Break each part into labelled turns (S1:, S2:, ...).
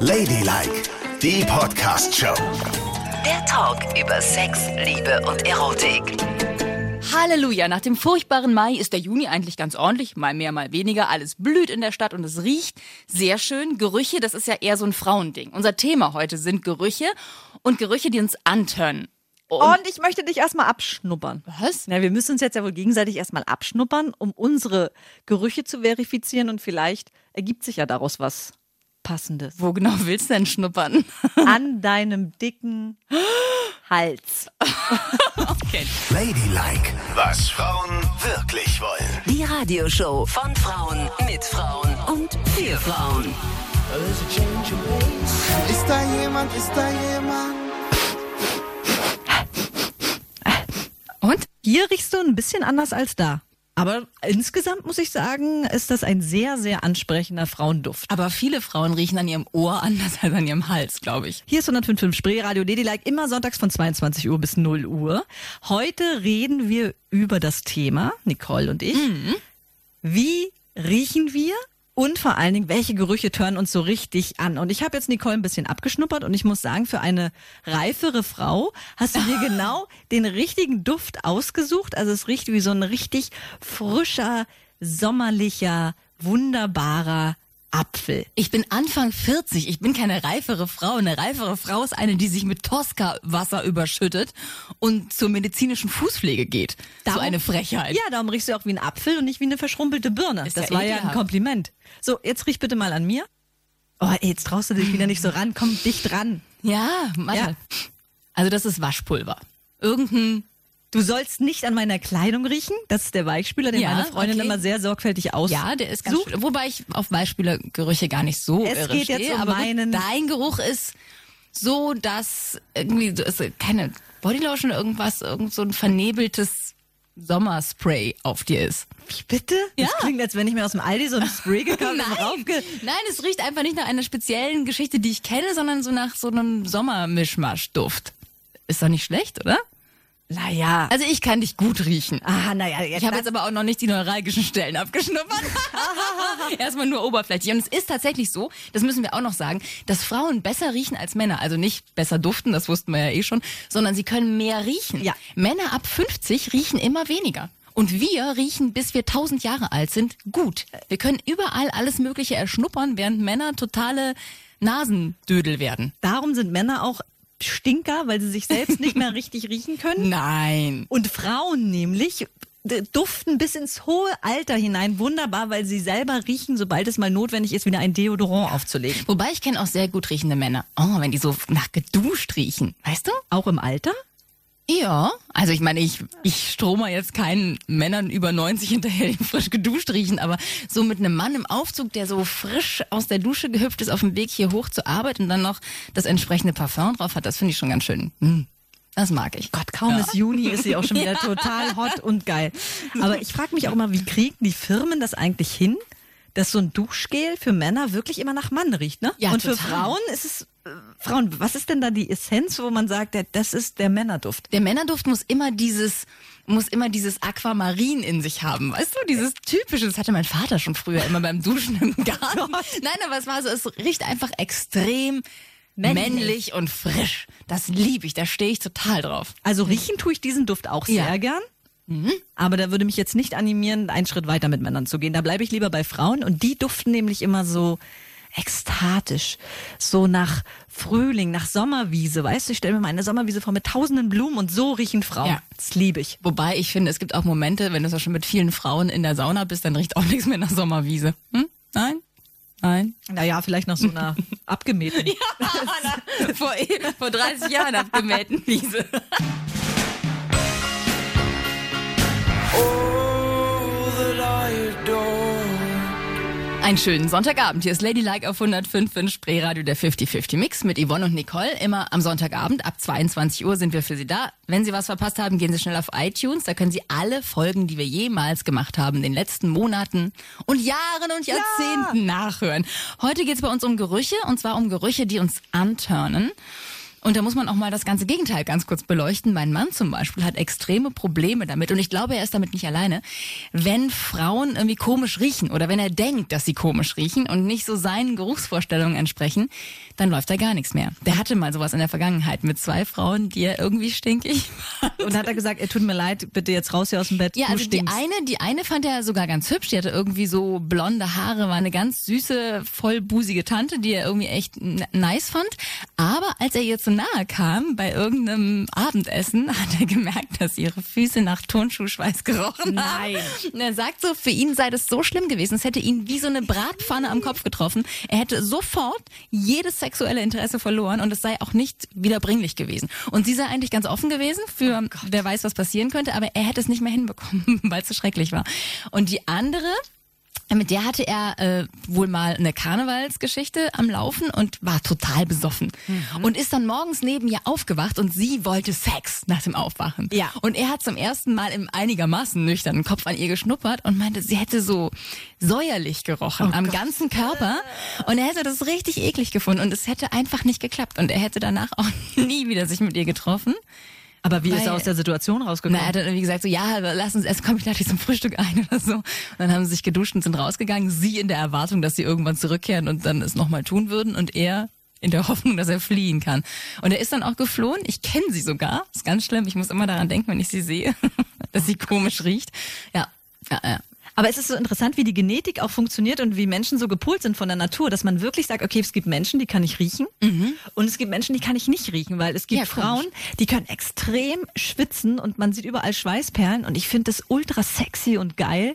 S1: Ladylike, die Podcast-Show.
S2: Der Talk über Sex, Liebe und Erotik.
S3: Halleluja, nach dem furchtbaren Mai ist der Juni eigentlich ganz ordentlich, mal mehr, mal weniger. Alles blüht in der Stadt und es riecht sehr schön. Gerüche, das ist ja eher so ein Frauending. Unser Thema heute sind Gerüche und Gerüche, die uns antören.
S4: Und ich möchte dich erstmal abschnuppern.
S3: Was?
S4: Na, wir müssen uns jetzt ja wohl gegenseitig erstmal abschnuppern, um unsere Gerüche zu verifizieren und vielleicht ergibt sich ja daraus was Passendes.
S3: Wo genau willst du denn schnuppern?
S4: An deinem dicken Hals.
S3: Okay.
S1: Ladylike, was Frauen wirklich wollen.
S2: Die Radioshow von Frauen mit Frauen und für Frauen.
S5: Ist da jemand, ist da jemand?
S3: Und?
S4: Hier riechst du ein bisschen anders als da. Aber insgesamt muss ich sagen, ist das ein sehr, sehr ansprechender Frauenduft.
S3: Aber viele Frauen riechen an ihrem Ohr anders als an ihrem Hals, glaube ich.
S4: Hier ist 105.5 Spree Radio Ladylike, immer sonntags von 22 Uhr bis 0 Uhr. Heute reden wir über das Thema, Nicole und ich. Wie riechen wir? Und vor allen Dingen, welche Gerüche tören uns so richtig an? Und ich habe jetzt Nicole ein bisschen abgeschnuppert und ich muss sagen, für eine reifere Frau hast du dir genau den richtigen Duft ausgesucht. Also es riecht wie so ein richtig frischer, sommerlicher, wunderbarer Apfel.
S3: Ich bin Anfang 40. Ich bin keine reifere Frau. Eine reifere Frau ist eine, die sich mit Tosca-Wasser überschüttet und zur medizinischen Fußpflege geht. so
S4: Darum-
S3: eine Frechheit.
S4: Ja, darum riechst du auch wie ein Apfel und nicht wie eine verschrumpelte Birne.
S3: Ist
S4: das
S3: ja
S4: war ja ein
S3: ekelhaft.
S4: Kompliment. So, jetzt riech bitte mal an mir. Oh, ey, jetzt traust du dich wieder nicht so ran. Komm dicht ran.
S3: Ja, Mann. Also das ist Waschpulver. Irgendein
S4: Du sollst nicht an meiner Kleidung riechen. Das ist der Weichspüler, den
S3: Ja,
S4: meine Freundin
S3: okay.
S4: immer sehr sorgfältig aus.
S3: Ja, der ist ganz
S4: sucht.
S3: schön. Wobei ich auf Beispielergerüche gar nicht so
S4: Es
S3: irre
S4: geht jetzt
S3: stehe,
S4: um
S3: aber gut,
S4: meinen-
S3: dein Geruch ist so, dass irgendwie so ist keine Bodylotion irgendwas, irgend so ein vernebeltes Sommerspray auf dir ist.
S4: Wie bitte? Das
S3: Ja.
S4: klingt, als wenn ich mir aus dem Aldi so ein Spray gekauft und raufge...
S3: Nein, es riecht einfach nicht nach einer speziellen Geschichte, die ich kenne, sondern so nach so einem Sommermischmaschduft. Ist doch nicht schlecht, oder?
S4: Naja.
S3: Also ich kann dich gut riechen.
S4: Ah, naja.
S3: Ich habe jetzt aber auch noch nicht die neuralgischen Stellen abgeschnuppert. Erstmal nur oberflächlich. Und es ist tatsächlich so, das müssen wir auch noch sagen, dass Frauen besser riechen als Männer. Also nicht besser duften, das wussten wir ja eh schon, sondern sie können mehr riechen.
S4: Ja.
S3: Männer ab 50 riechen immer weniger. Und wir riechen, bis wir 1000 Jahre alt sind, gut. Wir können überall alles Mögliche erschnuppern, während Männer totale Nasendödel werden.
S4: darum sind Männer auch Stinker, weil sie sich selbst nicht mehr richtig riechen können.
S3: Nein.
S4: Und Frauen nämlich d- duften bis ins hohe Alter hinein wunderbar, weil sie selber riechen, sobald es mal notwendig ist, wieder ein Deodorant aufzulegen.
S3: Wobei ich kenne auch sehr gut riechende Männer. Oh, wenn die so nach geduscht riechen. Weißt du?
S4: Auch im Alter?
S3: Ja, also ich meine, ich, ich strome jetzt keinen Männern über 90 hinterher, die frisch geduscht riechen, aber so mit einem Mann im Aufzug, der so frisch aus der Dusche gehüpft ist auf dem Weg hier hoch zur Arbeit und dann noch das entsprechende Parfum drauf hat, das finde ich schon ganz schön. Hm, das mag ich.
S4: Gott, kaum ist Juni, ist sie auch schon wieder total hot und geil. Aber ich frage mich auch immer, wie kriegen die Firmen das eigentlich hin, dass so ein Duschgel für Männer wirklich immer nach Mann riecht, ne?
S3: Ja,
S4: und für
S3: total.
S4: Frauen ist es, äh, Frauen, was ist denn da die Essenz, wo man sagt, ja, das ist der Männerduft?
S3: Der Männerduft muss immer dieses muss immer dieses Aquamarin in sich haben, weißt du, dieses typische, das hatte mein Vater schon früher immer beim Duschen im Garten. Nein, aber es war so, es riecht einfach extrem männlich,
S4: Männlich.
S3: und frisch. Das liebe ich, da stehe ich total drauf.
S4: Also riechen tue ich diesen Duft auch
S3: Ja.
S4: sehr gern. Aber da würde mich jetzt nicht animieren, einen Schritt weiter mit Männern zu gehen. Da bleibe ich lieber bei Frauen und die duften nämlich immer so ekstatisch, so nach Frühling, nach Sommerwiese. Weißt du, ich stelle mir mal eine Sommerwiese vor mit tausenden Blumen und so riechen Frauen.
S3: Ja.
S4: Das liebe ich.
S3: Wobei ich finde, es gibt auch Momente, wenn du so schon mit vielen Frauen in der Sauna bist, dann riecht auch nichts mehr nach Sommerwiese. Hm? Nein? Nein.
S4: Naja, vielleicht nach so einer abgemähten.
S3: vor, vor 30 Jahren abgemähten Wiese.
S5: Oh, that I adore.
S3: Einen schönen Sonntagabend. Hier ist Ladylike auf 105 in Spreeradio, der 50-50 Mix mit Yvonne und Nicole. Immer am Sonntagabend ab 22 Uhr sind wir für Sie da. Wenn Sie was verpasst haben, gehen Sie schnell auf iTunes. Da können Sie alle Folgen, die wir jemals gemacht haben, in den letzten Monaten und Jahren und Jahrzehnten nachhören. Heute geht es bei uns um Gerüche und zwar um Gerüche, die uns antörnen. Und da muss man auch mal das ganze Gegenteil ganz kurz beleuchten. Mein Mann zum Beispiel hat extreme Probleme damit und ich glaube, er ist damit nicht alleine, wenn Frauen irgendwie komisch riechen oder wenn er denkt, dass sie komisch riechen und nicht so seinen Geruchsvorstellungen entsprechen, dann läuft da gar nichts mehr. Der hatte mal sowas in der Vergangenheit mit zwei Frauen, die er irgendwie stinkig fand.
S4: Und hat er gesagt, er tut mir leid, bitte jetzt raus hier aus dem Bett.
S3: Ja,
S4: du
S3: also die
S4: stinkst.
S3: eine, die eine fand er sogar ganz hübsch. Die hatte irgendwie so blonde Haare, war eine ganz süße, vollbusige Tante, die er irgendwie echt n- nice fand. Aber als er ihr zu nahe kam bei irgendeinem Abendessen, hat er gemerkt, dass ihre Füße nach Turnschuhschweiß gerochen haben.
S4: Nein.
S3: Und er sagt so, für ihn sei das so schlimm gewesen. Es hätte ihn wie so eine Bratpfanne am Kopf getroffen. Er hätte sofort jedes sexuelle Interesse verloren und es sei auch nicht wiederbringlich gewesen. Und sie sei eigentlich ganz offen gewesen für wer weiß, was passieren könnte, aber er hätte es nicht mehr hinbekommen, weil es so schrecklich war. Und die andere, mit der hatte er äh, wohl mal eine Karnevalsgeschichte am Laufen und war total besoffen. Und ist dann morgens neben ihr aufgewacht und sie wollte Sex nach dem Aufwachen.
S4: Ja.
S3: Und er hat zum ersten Mal im einigermaßen nüchternen Kopf an ihr geschnuppert und meinte, sie hätte so säuerlich gerochen am ganzen Körper. Und er hätte das richtig eklig gefunden und es hätte einfach nicht geklappt. Und er hätte danach auch nie wieder sich mit ihr getroffen.
S4: Aber wie ist
S3: Weil-
S4: er aus der Situation rausgekommen?
S3: Na, er hat dann irgendwie gesagt, so, ja, aber lass uns erst, komm ich gleich zum Frühstück ein oder so. Und dann haben sie sich geduscht und sind rausgegangen, sie in der Erwartung, dass sie irgendwann zurückkehren und dann es nochmal tun würden und er in der Hoffnung, dass er fliehen kann. Und er ist dann auch geflohen. Ich kenne sie sogar. Ist ganz schlimm. Ich muss immer daran denken, wenn ich sie sehe, dass sie komisch riecht. Ja, ja, ja.
S4: Aber es ist so interessant, wie die Genetik auch funktioniert und wie Menschen so gepolt sind von der Natur, dass man wirklich sagt, okay, es gibt Menschen, die kann ich riechen und es gibt Menschen, die kann ich nicht riechen, weil es gibt
S3: Mhm. Ja, komisch.
S4: Frauen, die können extrem schwitzen und man sieht überall Schweißperlen und ich finde das ultra sexy und geil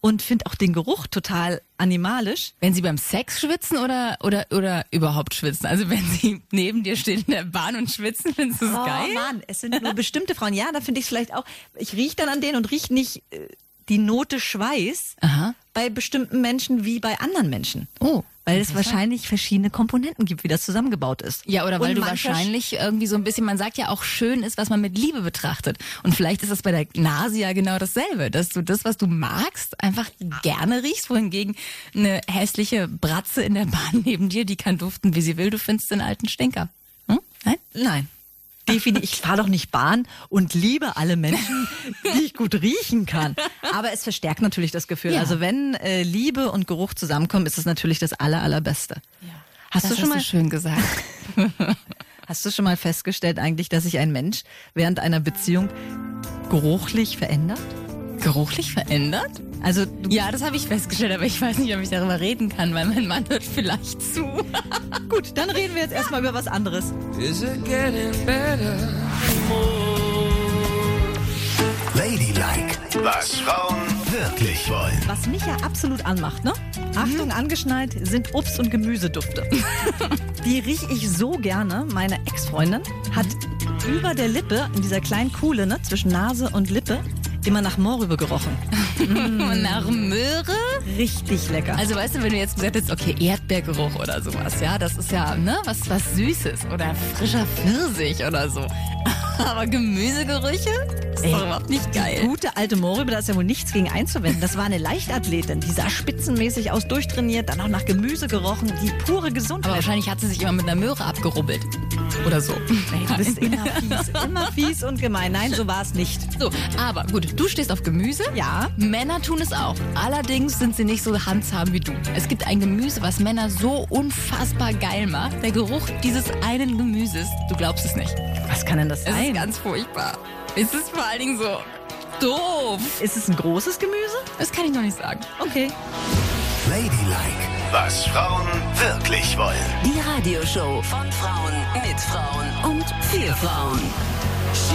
S4: und finde auch den Geruch total animalisch.
S3: Wenn sie beim Sex schwitzen oder, oder, oder überhaupt schwitzen. Also wenn sie neben dir steht in der Bahn und schwitzen, findest du es geil?
S4: Oh Mann, es sind nur bestimmte Frauen. Ja, da finde ich es vielleicht auch. Ich rieche dann an denen und rieche nicht äh, die Note Schweiß
S3: Aha.
S4: bei bestimmten Menschen wie bei anderen Menschen.
S3: Oh,
S4: Weil es wahrscheinlich verschiedene Komponenten gibt, wie das zusammengebaut ist.
S3: Ja, oder weil
S4: Und
S3: du
S4: mancher
S3: wahrscheinlich irgendwie so ein bisschen, man sagt ja auch schön ist, was man mit Liebe betrachtet. Und vielleicht ist das bei der Nase ja genau dasselbe, dass du das, was du magst, einfach gerne riechst, wohingegen eine hässliche Bratze in der Bahn neben dir, die kann duften, wie sie will, du findest den alten Stinker. Hm? Nein?
S4: Nein. Definitiv, ich fahre doch nicht Bahn und liebe alle Menschen, die ich gut riechen kann. Aber es verstärkt natürlich das Gefühl.
S3: Ja.
S4: Also wenn äh, Liebe und Geruch zusammenkommen, ist es natürlich das aller, allerbeste. Hast
S3: das
S4: du schon
S3: hast
S4: mal
S3: du schön gesagt.
S4: Hast du schon mal festgestellt eigentlich, dass sich ein Mensch während einer Beziehung geruchlich verändert?
S3: Geruchlich verändert?
S4: Also du,
S3: Ja, das habe ich festgestellt, aber ich weiß nicht, ob ich darüber reden kann, weil mein Mann hört vielleicht zu.
S4: gut, dann reden wir jetzt erstmal über was anderes.
S5: Is it getting better?
S1: Ladylike, was Frauen wirklich wollen.
S4: Was mich ja absolut anmacht, ne? Achtung, angeschnallt sind Obst- und Gemüsedufte. Die rieche ich so gerne. Meine Ex-Freundin hat über der Lippe, in dieser kleinen Kuhle, ne, zwischen Nase und Lippe, immer nach Moorrübe gerochen.
S3: Nach Möhre?
S4: Richtig lecker.
S3: Also weißt du, wenn du jetzt gesagt hättest, okay, Erdbeergeruch oder sowas, ja, das ist ja, ne, was, was Süßes oder frischer Pfirsich oder so. Aber Gemüsegerüche? Ist doch überhaupt nicht geil.
S4: Gute alte Moorrübe, da ist ja wohl nichts gegen einzuwenden. Das war eine Leichtathletin, die sah spitzenmäßig aus, durchtrainiert, dann auch nach Gemüse gerochen, die pure
S3: Aber
S4: Gesundheit.
S3: wahrscheinlich hat sie sich immer mit einer Möhre abgerubbelt. Oder so.
S4: du bist immer fies, immer fies und gemein. Nein, so war es nicht.
S3: So, aber gut, du stehst auf Gemüse.
S4: Ja.
S3: Männer tun es auch. Allerdings sind sie nicht so handzahm wie du. Es gibt ein Gemüse, was Männer so unfassbar geil macht. Der Geruch dieses einen Gemüses, du glaubst es nicht.
S4: Was kann denn das
S3: Es ist
S4: sein?
S3: ganz furchtbar. Es ist vor allen Dingen so doof.
S4: Ist es ein großes Gemüse?
S3: Das kann ich noch nicht sagen.
S4: Okay.
S1: Ladylike, was Frauen wirklich wollen.
S2: Die Radioshow von Frauen mit Frauen und für Frauen.
S5: She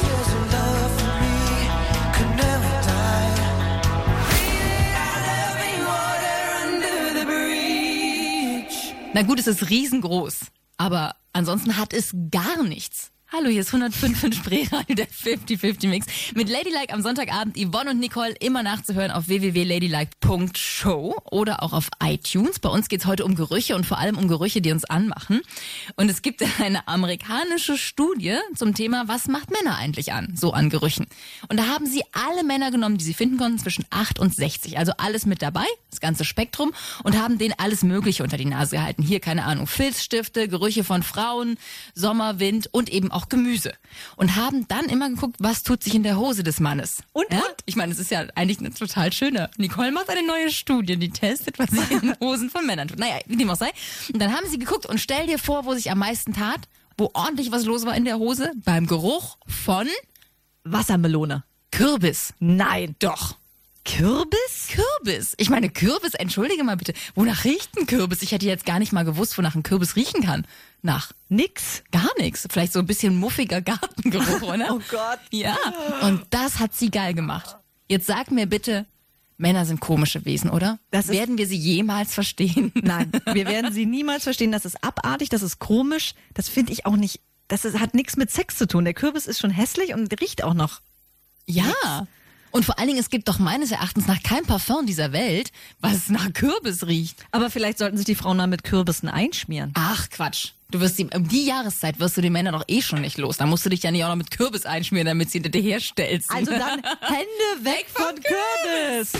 S5: feels in love for me, could never die.
S3: Na gut, es ist riesengroß, aber ansonsten hat es gar nichts. Hallo, hier ist 105 in Spreeradio, der 50-50-Mix. Mit Ladylike am Sonntagabend Yvonne und Nicole immer nachzuhören auf www.ladylike.show oder auch auf iTunes. Bei uns geht's heute um Gerüche und vor allem um Gerüche, die uns anmachen. Und es gibt eine amerikanische Studie zum Thema, was macht Männer eigentlich an, so an Gerüchen. Und da haben sie alle Männer genommen, die sie finden konnten, zwischen 8 und 60. Also alles mit dabei, das ganze Spektrum, und haben denen alles Mögliche unter die Nase gehalten. Hier, keine Ahnung, Filzstifte, Gerüche von Frauen, Sommer, Wind und eben auch Gemüse. Und haben dann immer geguckt, was tut sich in der Hose des Mannes.
S4: Und,
S3: ja?
S4: und?
S3: Ich meine, es ist ja eigentlich eine total schöne. Nicole macht eine neue Studie, die testet, was sich in den Hosen von Männern tut. Naja, wie dem auch sei. Und dann haben sie geguckt und stell dir vor, wo sich am meisten tat, wo ordentlich was los war in der Hose, beim Geruch von
S4: Wassermelone.
S3: Kürbis.
S4: Nein.
S3: Doch.
S4: Kürbis?
S3: Kürbis. Ich meine, Kürbis, entschuldige mal bitte. Wonach riecht ein Kürbis? Ich hätte jetzt gar nicht mal gewusst, wonach ein Kürbis riechen kann. Nach
S4: Nix.
S3: gar nichts. Vielleicht so ein bisschen muffiger Gartengeruch, oder?
S4: Oh Gott.
S3: Ja. Und das hat sie geil gemacht. Jetzt sag mir bitte, Männer sind komische Wesen, oder?
S4: Das ist-
S3: Werden wir sie jemals verstehen?
S4: Nein, wir werden sie niemals verstehen. Das ist abartig, das ist komisch. Das finde ich auch nicht. Das ist, hat nichts mit Sex zu tun. Der Kürbis ist schon hässlich und riecht auch noch.
S3: Ja. Und vor allen Dingen, es gibt doch meines Erachtens nach kein Parfum dieser Welt, was nach Kürbis riecht.
S4: Aber vielleicht sollten sich die Frauen mal mit Kürbissen einschmieren.
S3: Ach Quatsch. Du wirst die, um die Jahreszeit wirst du die Männer doch eh schon nicht los. Da musst du dich ja nicht auch noch mit Kürbis einschmieren, damit sie hinterher stellst.
S4: Also dann Hände weg von Kürbis.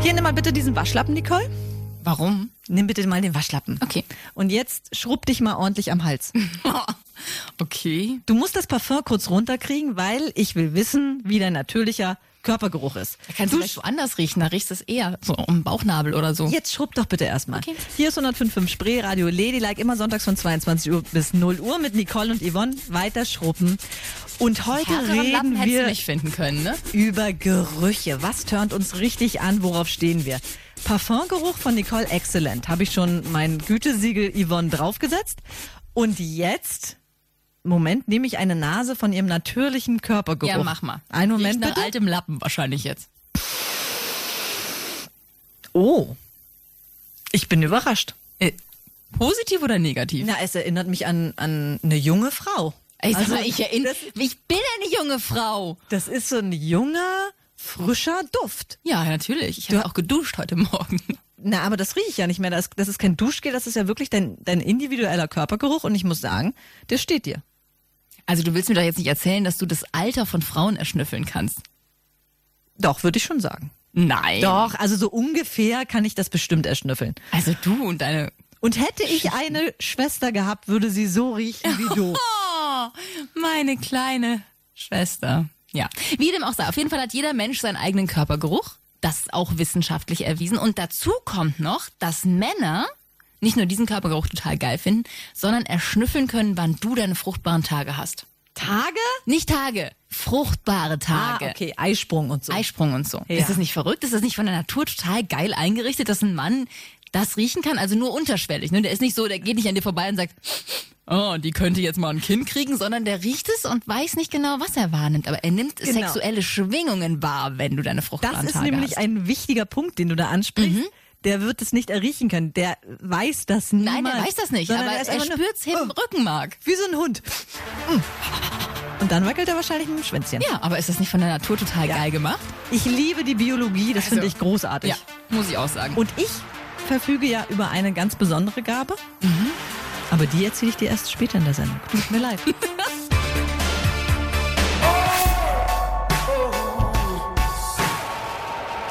S4: Hier, nimm mal bitte diesen Waschlappen, Nicole.
S3: Warum?
S4: Nimm bitte mal den Waschlappen.
S3: Okay.
S4: Und jetzt schrubb dich mal ordentlich am Hals.
S3: okay.
S4: Du musst das Parfum kurz runterkriegen, weil ich will wissen, wie dein natürlicher Körpergeruch ist.
S3: Da kannst du vielleicht woanders riechen, da riechst es eher so um den Bauchnabel oder so.
S4: Jetzt schrubb doch bitte erstmal.
S3: Okay.
S4: Hier ist 105.5 Spree, Radio Ladylike, immer sonntags von 22 Uhr bis 0 Uhr mit Nicole und Yvonne. Weiter schrubben. Und heute
S3: Härteren Lappen
S4: reden
S3: hättest du
S4: wir
S3: nicht finden können, ne?
S4: über Gerüche. Was turnt uns richtig an? Worauf stehen wir? Parfumgeruch von Nicole Excellent. Habe ich schon mein Gütesiegel Yvonne draufgesetzt. Und jetzt, Moment, nehme ich eine Nase von ihrem natürlichen Körpergeruch.
S3: Ja, mach mal.
S4: Einen Moment
S3: Riecht nach
S4: bitte.
S3: altem Lappen wahrscheinlich jetzt.
S4: Oh, ich bin überrascht.
S3: Äh, positiv oder negativ?
S4: Na, es erinnert mich an, an eine junge Frau.
S3: ich, sag
S4: Also,
S3: mal, ich, erinnere,
S4: das,
S3: ich bin eine junge Frau.
S4: das ist so ein junger, frischer Duft.
S3: Ja, natürlich. Ich habe auch geduscht heute Morgen.
S4: Na, aber das rieche ich ja nicht mehr. Das, das ist kein Duschgel, das ist ja wirklich dein, dein individueller Körpergeruch. Und ich muss sagen, der steht dir.
S3: Also du willst mir doch jetzt nicht erzählen, dass du das Alter von Frauen erschnüffeln kannst.
S4: Doch, würde ich schon sagen.
S3: Nein.
S4: Doch, also so ungefähr kann ich das bestimmt erschnüffeln.
S3: Also du und deine...
S4: Und hätte ich eine Schwester gehabt, würde sie so riechen wie du.
S3: Oh, meine kleine Schwester. Ja, wie dem auch sei. Auf jeden Fall hat jeder Mensch seinen eigenen Körpergeruch. Das ist auch wissenschaftlich erwiesen. Und dazu kommt noch, dass Männer nicht nur diesen Körpergeruch total geil finden, sondern erschnüffeln können, wann du deine fruchtbaren Tage hast.
S4: Tage?
S3: Nicht Tage, fruchtbare
S4: Ah,
S3: Tage.
S4: okay, Eisprung und so.
S3: Eisprung und so.
S4: Ja.
S3: Ist das nicht verrückt? Ist das nicht von der Natur total geil eingerichtet, dass ein Mann das riechen kann? Also nur unterschwellig. Ne? Der ist nicht so, der geht nicht an dir vorbei und sagt, oh, die könnte jetzt mal ein Kind kriegen, sondern der riecht es und weiß nicht genau, was er wahrnimmt. Aber er nimmt
S4: Genau.
S3: sexuelle Schwingungen wahr, wenn du deine
S4: Das
S3: fruchtbaren
S4: ist
S3: Tage
S4: nämlich
S3: hast. Mhm.
S4: ein wichtiger Punkt, den du da ansprichst. Der wird es nicht erriechen können. Der weiß das niemals.
S3: Nein, er weiß das nicht,
S4: sondern
S3: aber
S4: er, ist
S3: er
S4: einfach nur, Oh,
S3: spürt's im Rückenmark.
S4: Wie so ein Hund. Mm. Und dann wackelt er wahrscheinlich mit dem Schwänzchen.
S3: Ja, aber ist das nicht von der Natur total geil gemacht? Also
S4: Ich liebe die Biologie, das finde ich großartig.
S3: Ja, muss ich auch sagen.
S4: Und ich verfüge ja über eine ganz besondere Gabe. Mhm. Aber die erzähle ich dir erst später in der Sendung. Tut mir leid.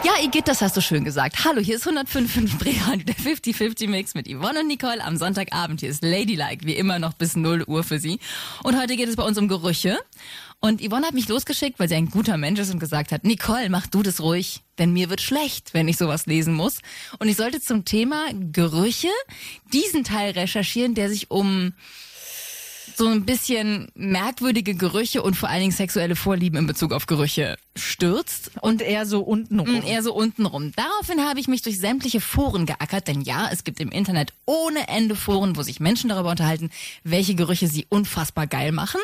S3: Ja, Igitt, das hast du schön gesagt. Hallo, hier ist 105.5 Brehan, der 50-50-Mix mit Yvonne und Nicole am Sonntagabend. Hier ist Ladylike, wie immer noch bis 0 Uhr für Sie. Und heute geht es bei uns um Gerüche. Und Yvonne hat mich losgeschickt, weil sie ein guter Mensch ist und gesagt hat, Nicole, mach du das ruhig, denn mir wird schlecht, wenn ich sowas lesen muss. Und ich sollte zum Thema Gerüche diesen Teil recherchieren, der sich um so ein bisschen merkwürdige Gerüche und vor allen Dingen sexuelle Vorlieben in Bezug auf Gerüche stürzt.
S4: Und er so unten rum.
S3: Mm, Eher so untenrum. Daraufhin habe ich mich durch sämtliche Foren geackert, denn ja, es gibt im Internet ohne Ende Foren, wo sich Menschen darüber unterhalten, welche Gerüche sie unfassbar geil machen.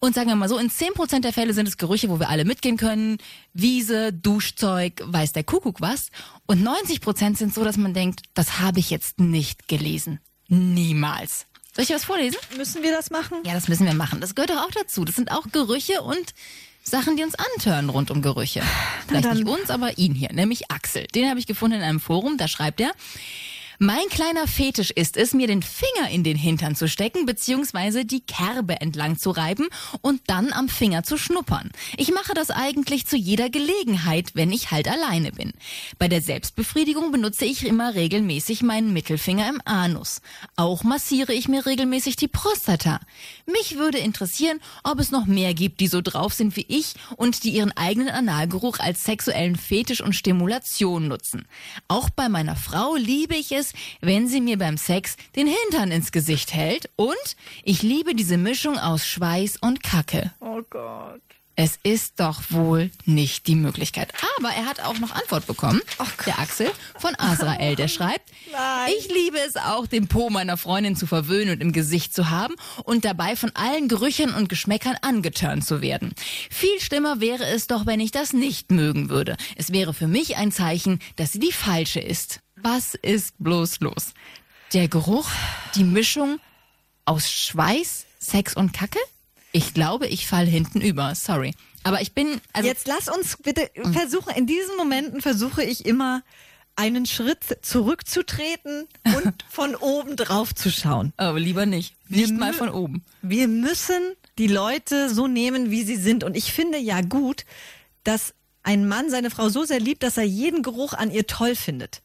S3: Und sagen wir mal so, in 10% der Fälle sind es Gerüche, wo wir alle mitgehen können. Wiese, Duschzeug, weiß der Kuckuck was. Und 90% sind so, dass man denkt, das habe ich jetzt nicht gelesen. Niemals. Soll ich dir was vorlesen?
S4: Müssen wir das machen?
S3: Ja, das müssen wir machen. Das gehört doch auch dazu. Das sind auch Gerüche und Sachen, die uns antören rund um Gerüche. Vielleicht
S4: dann.
S3: nicht uns, aber ihn hier, nämlich Axel. Den habe ich gefunden in einem Forum, da schreibt er. Mein kleiner Fetisch ist es, mir den Finger in den Hintern zu stecken, beziehungsweise die Kerbe entlang zu reiben und dann am Finger zu schnuppern. Ich mache das eigentlich zu jeder Gelegenheit, wenn ich halt alleine bin. Bei der Selbstbefriedigung benutze ich immer regelmäßig meinen Mittelfinger im Anus. Auch massiere ich mir regelmäßig die Prostata. Mich würde interessieren, ob es noch mehr gibt, die so drauf sind wie ich und die ihren eigenen Analgeruch als sexuellen Fetisch und Stimulation nutzen. Auch bei meiner Frau liebe ich es, wenn sie mir beim Sex den Hintern ins Gesicht hält und ich liebe diese Mischung aus Schweiß und Kacke.
S4: Oh Gott.
S3: Es ist doch wohl nicht die Möglichkeit. Aber er hat auch noch Antwort bekommen. der Axel von Azrael, der schreibt, ich liebe es auch, den Po meiner Freundin zu verwöhnen und im Gesicht zu haben und dabei von allen Gerüchen und Geschmäckern angeturnt zu werden. Viel schlimmer wäre es doch, wenn ich das nicht mögen würde. Es wäre für mich ein Zeichen, dass sie die falsche ist. Was ist bloß los? Der Geruch, die Mischung aus Schweiß, Sex und Kacke? Ich glaube, ich fall hinten über. Sorry. Aber ich bin, also
S4: Jetzt lass uns bitte versuchen, in diesen Momenten versuche ich immer einen Schritt zurückzutreten und von oben drauf zu schauen.
S3: oh, lieber nicht.
S4: Wir
S3: Nicht mal
S4: mü-
S3: von oben.
S4: Wir müssen die Leute so nehmen, wie sie sind. Und ich finde ja gut, dass ein Mann seine Frau so sehr liebt, dass er jeden Geruch an ihr toll findet.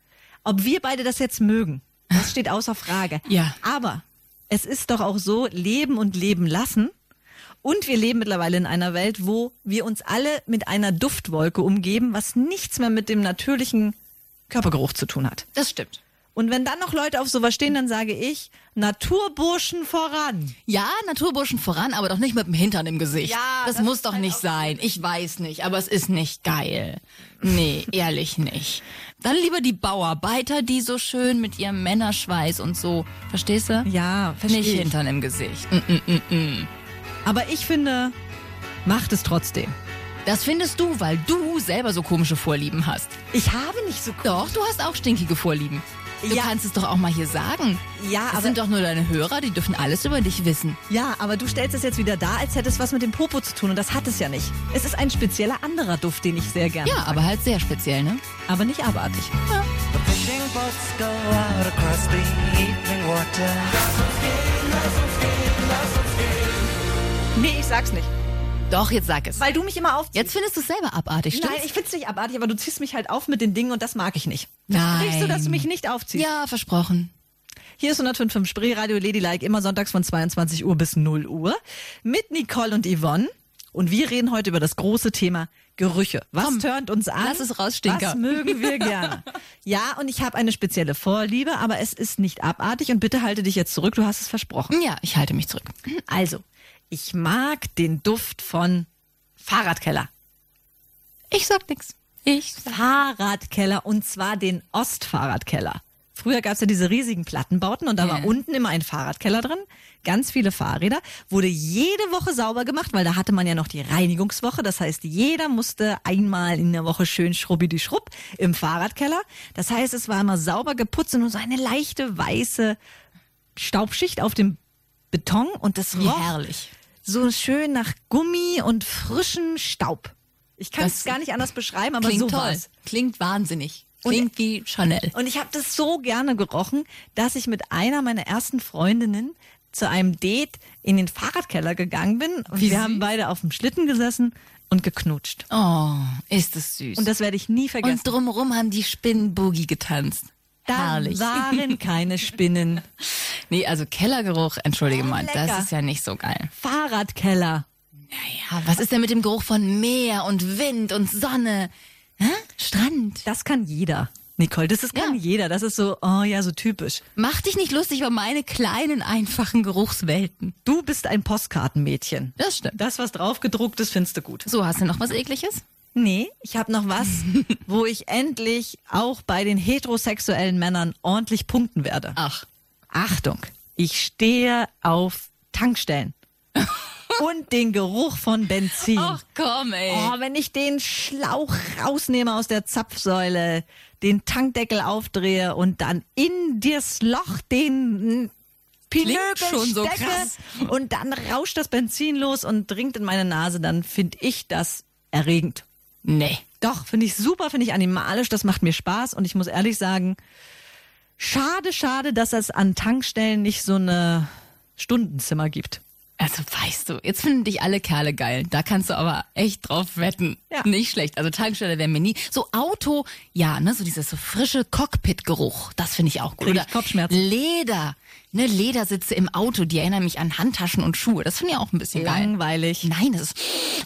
S4: Ob wir beide das jetzt mögen, das steht außer Frage.
S3: Ja.
S4: Aber es ist doch auch so, leben und leben lassen. Und wir leben mittlerweile in einer Welt, wo wir uns alle mit einer Duftwolke umgeben, was nichts mehr mit dem natürlichen Körpergeruch zu tun hat.
S3: Das stimmt.
S4: Und wenn dann noch Leute auf sowas stehen, dann sage ich, Naturburschen voran.
S3: Ja, Naturburschen voran, aber doch nicht mit dem Hintern im Gesicht.
S4: Ja,
S3: das,
S4: das
S3: muss
S4: ist
S3: doch
S4: halt
S3: nicht
S4: auch-
S3: sein. Ich weiß nicht, aber es ist nicht geil. Nee, ehrlich nicht. Dann lieber die Bauarbeiter, die so schön mit ihrem Männerschweiß und so. Verstehst du?
S4: Ja, verstehe
S3: Nicht
S4: ich.
S3: Hintern im Gesicht. Mm,
S4: Aber ich finde, macht es trotzdem.
S3: Das findest du, weil du selber so komische Vorlieben hast.
S4: Ich habe nicht so
S3: Doch, du hast auch stinkige Vorlieben. Du
S4: Ja.
S3: kannst es doch auch mal hier sagen.
S4: Ja,
S3: das
S4: aber-
S3: sind doch nur deine Hörer, die dürfen alles über dich wissen.
S4: Ja, aber du stellst es jetzt wieder dar, als hätte es was mit dem Popo zu tun und das hat es ja nicht. Es ist ein spezieller anderer Duft, den ich sehr gerne.
S3: Ja, aber halt sehr speziell, ne?
S4: Aber nicht abartig.
S5: The fishing boats go out across the evening water.
S4: Nee, ich sag's nicht.
S3: Doch, jetzt sag es.
S4: Weil du mich immer auf.
S3: Jetzt findest du es selber abartig, stimmt's?
S4: Nein, ich find's nicht abartig, aber du ziehst mich halt auf mit den Dingen und das mag ich nicht.
S3: Nein.
S4: Riechst du, dass du mich nicht aufziehst?
S3: ja, versprochen.
S4: Hier ist 105.5 Spreeradio Ladylike, immer sonntags von 22 Uhr bis 0 Uhr. Mit Nicole und Yvonne. Und wir reden heute über das große Thema Gerüche. Was
S3: Komm,
S4: turnt uns an?
S3: lass es raus, Stinker.
S4: Was mögen wir gerne? ja, und ich habe eine spezielle Vorliebe, aber es ist nicht abartig. Und bitte halte dich jetzt zurück, du hast es versprochen.
S3: Ja, ich halte mich zurück.
S4: Also, ich mag den Duft von Fahrradkeller.
S3: Ich sag nix. Ich sag
S4: Fahrradkeller und zwar den Ostfahrradkeller. Früher gab's ja diese riesigen Plattenbauten und da war
S3: Ja.
S4: unten immer ein Fahrradkeller drin, ganz viele Fahrräder, wurde jede Woche sauber gemacht, weil da hatte man ja noch die Reinigungswoche, das heißt, jeder musste einmal in der Woche schön schrubbidi schrubb im Fahrradkeller. Das heißt, es war immer sauber geputzt und nur so eine leichte weiße Staubschicht auf dem Beton und das
S3: Wie
S4: roch
S3: herrlich.
S4: so schön nach Gummi und frischen Staub. Ich kann es
S3: Das
S4: gar nicht anders beschreiben, aber
S3: Klingt
S4: so
S3: toll.
S4: war's.
S3: Klingt wahnsinnig.
S4: Und-
S3: Klingt wie Chanel.
S4: Und ich habe das so gerne gerochen, dass ich mit einer meiner ersten Freundinnen zu einem Date in den Fahrradkeller gegangen bin. Und
S3: Wie
S4: wir
S3: süß.
S4: haben beide auf dem Schlitten gesessen und geknutscht.
S3: Oh, ist es süß.
S4: Und das werde ich nie
S3: Und
S4: vergessen.
S3: drumherum haben die Spinnen Boogie getanzt.
S4: da
S3: herrlich.
S4: waren keine Spinnen.
S3: Nee, also Kellergeruch, entschuldige mal,
S4: Oh, lecker.
S3: das ist ja nicht so geil.
S4: Fahrradkeller.
S3: Naja, was ist denn mit dem Geruch von Meer und Wind und Sonne? Hä? Strand.
S4: Das kann jeder. Nicole, das ist kann
S3: Ja.
S4: jeder. Das ist so, oh ja, so typisch.
S3: Mach dich nicht lustig über meine kleinen, einfachen Geruchswelten.
S4: Du bist ein Postkartenmädchen.
S3: Das stimmt.
S4: Das, was draufgedruckt ist, findest du gut.
S3: So, hast du noch was Ekliges?
S4: Nee, ich habe noch was, wo ich endlich auch bei den heterosexuellen Männern ordentlich punkten werde.
S3: Ach.
S4: Achtung, ich stehe auf Tankstellen. und den Geruch von Benzin.
S3: Ach komm, ey.
S4: Oh, wenn ich den Schlauch rausnehme aus der Zapfsäule, den Tankdeckel aufdrehe und dann in das Loch den Pinökel
S3: schon so
S4: stecke
S3: krass.
S4: und dann rauscht das Benzin los und dringt in meine Nase, dann finde ich das erregend.
S3: Nee.
S4: Doch, finde ich super, finde ich animalisch, das macht mir Spaß und ich muss ehrlich sagen, schade, schade, dass es an Tankstellen nicht so eine Stundenzimmer gibt.
S3: Also weißt du, jetzt finden dich alle Kerle geil. Da kannst du aber echt drauf wetten.
S4: Ja.
S3: Nicht schlecht. Also Tankstelle wäre mir nie. So Auto, ja, ne, so dieses so frische Cockpit-Geruch, das finde ich auch gut.
S4: Krieg ich Kopfschmerzen.
S3: Leder, ne, Ledersitze im Auto, die erinnern mich an Handtaschen und Schuhe. Das finde ich auch ein bisschen geil.
S4: Langweilig.
S3: Nein, das ist,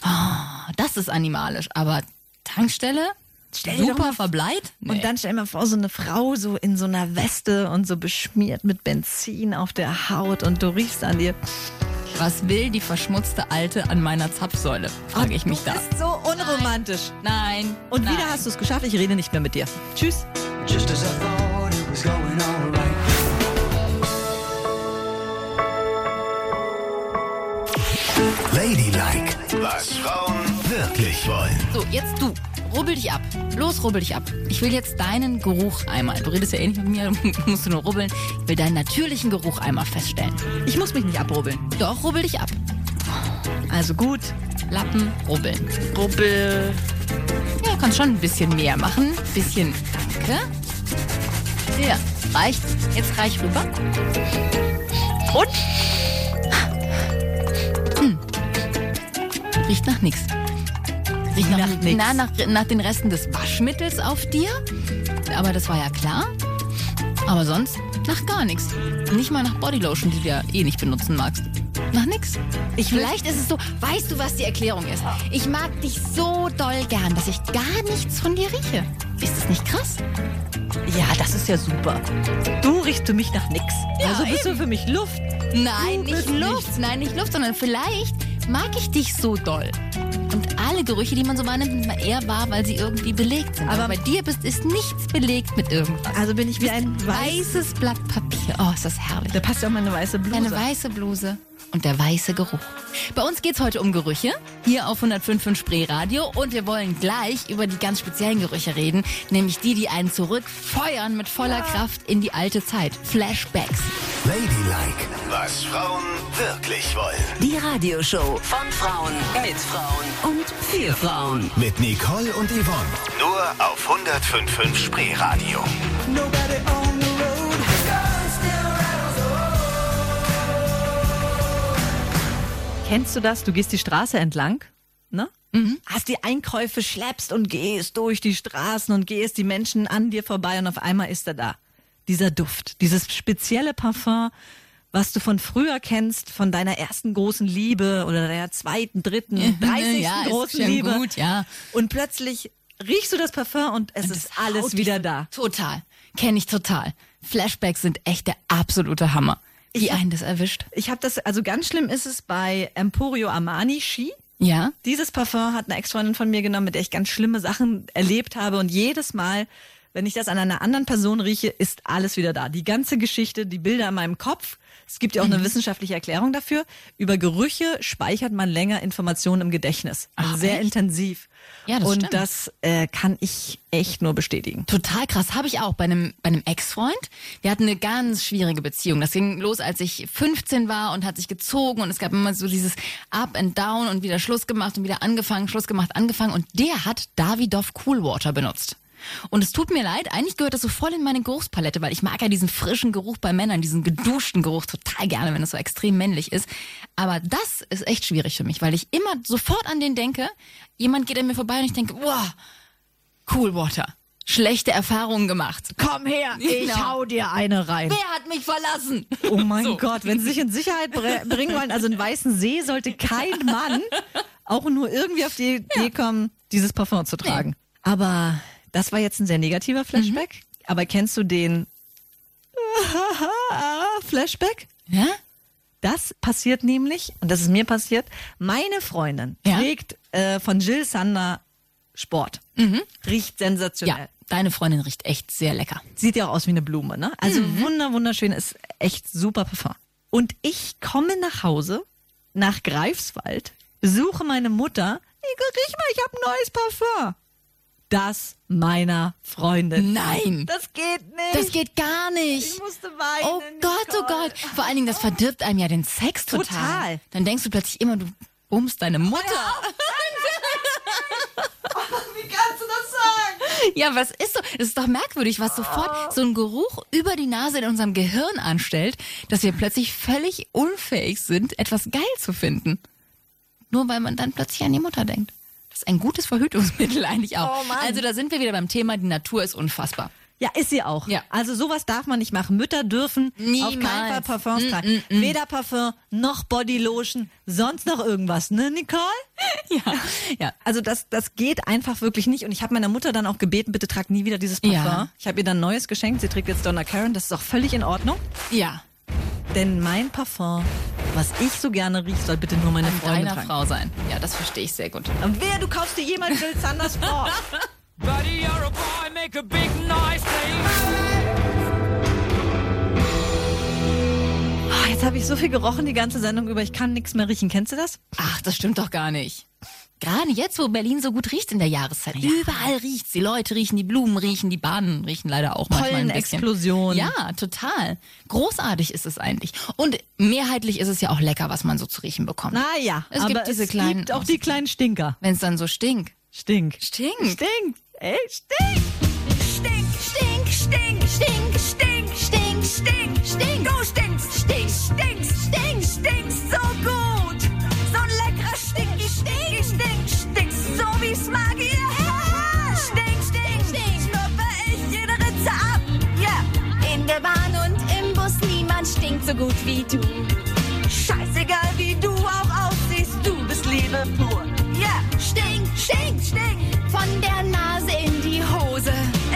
S3: oh, das ist animalisch. Aber Tankstelle,
S4: Stell dir doch
S3: super
S4: mal-
S3: verbleit. Nee.
S4: Und dann stell mir vor, so eine Frau so in so einer Weste und so beschmiert mit Benzin auf der Haut und du riechst an dir.
S3: was will die verschmutzte Alte an meiner Zapfsäule? Frage ich mich da.
S4: Das ist so unromantisch.
S3: Nein.
S4: Und
S3: nein.
S4: wieder hast du es geschafft, ich rede nicht mehr mit dir. Tschüss.
S5: Just as I thought it was going alright.
S1: Ladylike, was Frauen wirklich wollen.
S3: So, jetzt du. Rubbel dich ab. Los, rubbel dich ab. Ich will jetzt deinen Geruch einmal. Du redest ja eh nicht mit mir, musst du nur rubbeln. Ich will deinen natürlichen Geruch einmal feststellen.
S4: Ich muss mich nicht abrubbeln.
S3: Doch, rubbel dich ab.
S4: Also gut.
S3: Lappen, rubbeln.
S4: Rubbel.
S3: Ja, du kannst schon ein bisschen mehr machen. Bisschen. Danke. Ja, reicht. Jetzt reich rüber.
S4: Und?
S3: Hm. Riecht nach nichts. Riecht nach,
S4: Nach nix.
S3: Na, nach, nach den Resten des Waschmittels auf dir. Aber das war ja klar. Aber sonst nach gar nichts. Nicht mal nach Bodylotion, die du ja eh nicht benutzen magst. Nach nix.
S4: Ich will-
S3: Vielleicht ist es so, weißt du, was die Erklärung ist? Ich mag dich so doll gern, dass ich gar nichts von dir rieche. Ist das nicht krass?
S4: Ja, das ist ja super. Du riechst für mich nach nix.
S3: Ja,
S4: also bist du für mich Luft.
S3: Nein,
S4: Du
S3: nicht
S4: bist
S3: Luft. Nein, nicht Luft, sondern vielleicht mag ich dich so doll. Und alle Gerüche, die man so wahrnimmt, sind mal eher wahr, weil sie irgendwie belegt sind.
S4: Aber-
S3: Aber, bei dir bist, ist nichts belegt mit irgendwas.
S4: Also bin ich wie ein Weiß.
S3: Weißes Blatt Papier. Oh, ist das herrlich.
S4: Da passt ja auch meine weiße Bluse.
S3: Eine weiße Bluse und der weiße Geruch. Bei uns geht's heute um Gerüche, hier auf 105.5 Spree Radio. Und wir wollen gleich über die ganz speziellen Gerüche reden, nämlich die, die einen zurückfeuern mit voller Kraft in die alte Zeit. Flashbacks.
S1: Ladylike, was Frauen wirklich wollen.
S2: Die Radioshow von Frauen mit Frauen und für Frauen.
S1: Mit Nicole und Yvonne. Nur auf 105.5 Spreeradio.
S5: Nobody on the road.
S4: Kennst du das? Du gehst die Straße entlang, ne?
S3: Mhm.
S4: Hast die Einkäufe, schleppst und gehst durch die Straßen und gehst die Menschen an dir vorbei und auf einmal ist er da. Dieser Duft, dieses spezielle Parfum, was du von früher kennst, von deiner ersten großen Liebe oder deiner zweiten, dritten, dreißigsten
S3: Ja, ist
S4: großen
S3: schon
S4: Liebe.
S3: gut, ja.
S4: Und plötzlich riechst du das Parfum und es ist
S3: haut
S4: alles
S3: dich
S4: wieder
S3: so-
S4: da.
S3: Total. Kenne ich total. Flashbacks sind echt der absolute Hammer. Wie einen das erwischt.
S4: Ich habe das, also ganz schlimm ist es bei Emporio Armani Ski.
S3: Ja?
S4: Dieses Parfum hat eine Ex-Freundin von mir genommen, mit der ich ganz schlimme Sachen erlebt habe. Und jedes Mal, wenn ich das an einer anderen Person rieche, ist alles wieder da. Die ganze Geschichte, die Bilder in meinem Kopf. Es gibt ja auch eine
S3: Mhm.
S4: wissenschaftliche Erklärung dafür. Über Gerüche speichert man länger Informationen im Gedächtnis. Also
S3: Ach,
S4: sehr
S3: Ah, echt?
S4: intensiv.
S3: Ja, das
S4: Und
S3: stimmt.
S4: das äh, kann ich echt nur bestätigen.
S3: Total krass, habe ich auch bei einem, bei einem Ex-Freund. Wir hatten eine ganz schwierige Beziehung. Das ging los, als ich 15 war und hat sich gezogen und es gab immer so dieses Up and Down und wieder Schluss gemacht und wieder angefangen, Schluss gemacht, angefangen und der hat Davidoff Coolwater benutzt. Und es tut mir leid, eigentlich gehört das so voll in meine Geruchspalette, weil ich mag ja diesen frischen Geruch bei Männern, diesen geduschten Geruch total gerne, wenn es so extrem männlich ist. Aber das ist echt schwierig für mich, weil ich immer sofort an den denke, jemand geht an mir vorbei und ich denke, wow, Coolwater. Schlechte Erfahrungen gemacht. Komm her,
S4: Ich hau dir eine rein.
S3: Wer hat mich verlassen?
S4: Oh mein Gott, wenn sie sich in Sicherheit bre- bringen wollen, also in Weißen See sollte kein Mann auch nur irgendwie auf die Idee kommen, dieses Parfum zu tragen. Aber das war jetzt ein sehr negativer Flashback.
S3: Mhm.
S4: Aber kennst du den Flashback?
S3: Ja?
S4: Das passiert nämlich, und das ist mir passiert, meine Freundin
S3: Ja?
S4: trägt äh, von Jill Sander Sport. Riecht sensationell.
S3: Mhm. Ja, deine Freundin riecht echt sehr lecker.
S4: Sieht ja auch aus wie eine Blume, ne?
S3: Mhm.
S4: Also wunder, wunderschön, ist echt super Parfum. Und ich komme nach Hause nach Greifswald, suche meine Mutter. Igor, riech mal, ich habe ein neues Parfum. Das meiner Freundin.
S3: Nein,
S4: Das geht nicht.
S3: das geht gar nicht.
S4: Ich musste weinen,
S3: Oh Gott, oh
S4: Nicole.
S3: Gott. Vor allen Dingen, das verdirbt einem ja den Sex total.
S4: Total.
S3: Dann denkst du plötzlich immer, du bummst deine Mutter.
S4: Wie kannst du das sagen?
S3: Ja, was ist so? Das ist doch merkwürdig, was sofort so ein Geruch über die Nase in unserem Gehirn anstellt, dass wir plötzlich völlig unfähig sind, etwas geil zu finden. Nur weil man dann plötzlich an die Mutter denkt. Das ist ein gutes Verhütungsmittel eigentlich auch.
S4: Oh Mann.
S3: Also da sind wir wieder beim Thema, die Natur ist unfassbar.
S4: Ja, ist sie auch.
S3: Ja.
S4: Also sowas darf man nicht machen. Mütter dürfen auf keinen
S3: Niemals. Mm,
S4: Fall Parfums tragen. Weder Parfum noch Bodylotion, sonst noch irgendwas, ne Nicole?
S3: Ja, ja.
S4: Also das, das geht einfach wirklich nicht. Und ich habe meiner Mutter dann auch gebeten, bitte trag nie wieder dieses Parfum.
S3: Ja.
S4: Ich habe ihr dann neues geschenkt. Sie trägt jetzt Donna Karen. Das ist auch völlig in Ordnung.
S3: Ja,
S4: Denn mein Parfum, was ich so gerne rieche, soll bitte nur meine
S3: mit
S4: Freundin
S3: deiner
S4: tragen.
S3: Frau sein. Ja, das verstehe ich sehr gut.
S4: Und wer, du kaufst dir jemals Bill Sanders Frau?
S6: Buddy, you're a boy, make a big noise, please.
S4: Ah, jetzt habe ich so viel gerochen die ganze Sendung über. Ich kann nichts mehr riechen. Kennst du das?
S3: Ach, das stimmt doch gar nicht. Gerade jetzt, wo Berlin so gut riecht in der Jahreszeit. Überall riecht's. Die Leute riechen, die Blumen riechen, die Bahnen riechen leider auch manchmal ein bisschen.
S4: Pollenexplosion.
S3: Ja, total. Großartig ist es eigentlich. Und mehrheitlich ist es ja auch lecker, was man so zu riechen bekommt.
S4: Naja,
S3: Es
S4: aber
S3: gibt diese
S4: es
S3: kleinen
S4: gibt auch die kleinen Stinker.
S3: Wenn es dann so stinkt.
S4: Stink.
S3: Stinkt.
S4: Stinkt. Ey, stink.
S7: Stink, stink, stink, stink, stink, stink, stink, stink. Du stinkst, stink, stinkst, stink, stinkst so gut. So ein leckerer stinky, stinky, stink, stinkst so wie's mag ihr. Stink, stink, stink, schnuppe ich jede Ritze ab. Ja, in der Bahn und im Bus niemand stinkt so gut wie du. Scheißegal wie du auch aussiehst, du bist Liebe pur. Ja, stink, stink, stink, von der Nase in die Hose.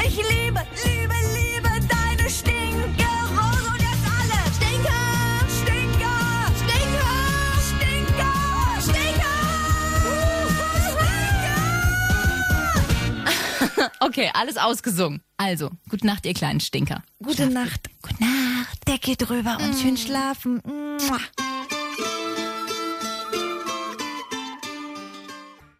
S7: Ich liebe, liebe, liebe deine Stinkerose und jetzt alle. Stinker, Stinker, Stinker, Stinker, Stinker. Stinker.
S3: Okay, alles ausgesungen. Also, gute Nacht, ihr kleinen Stinker.
S4: Gute Nacht.
S3: Gute Nacht.
S4: Decke drüber und schön schlafen. Mua.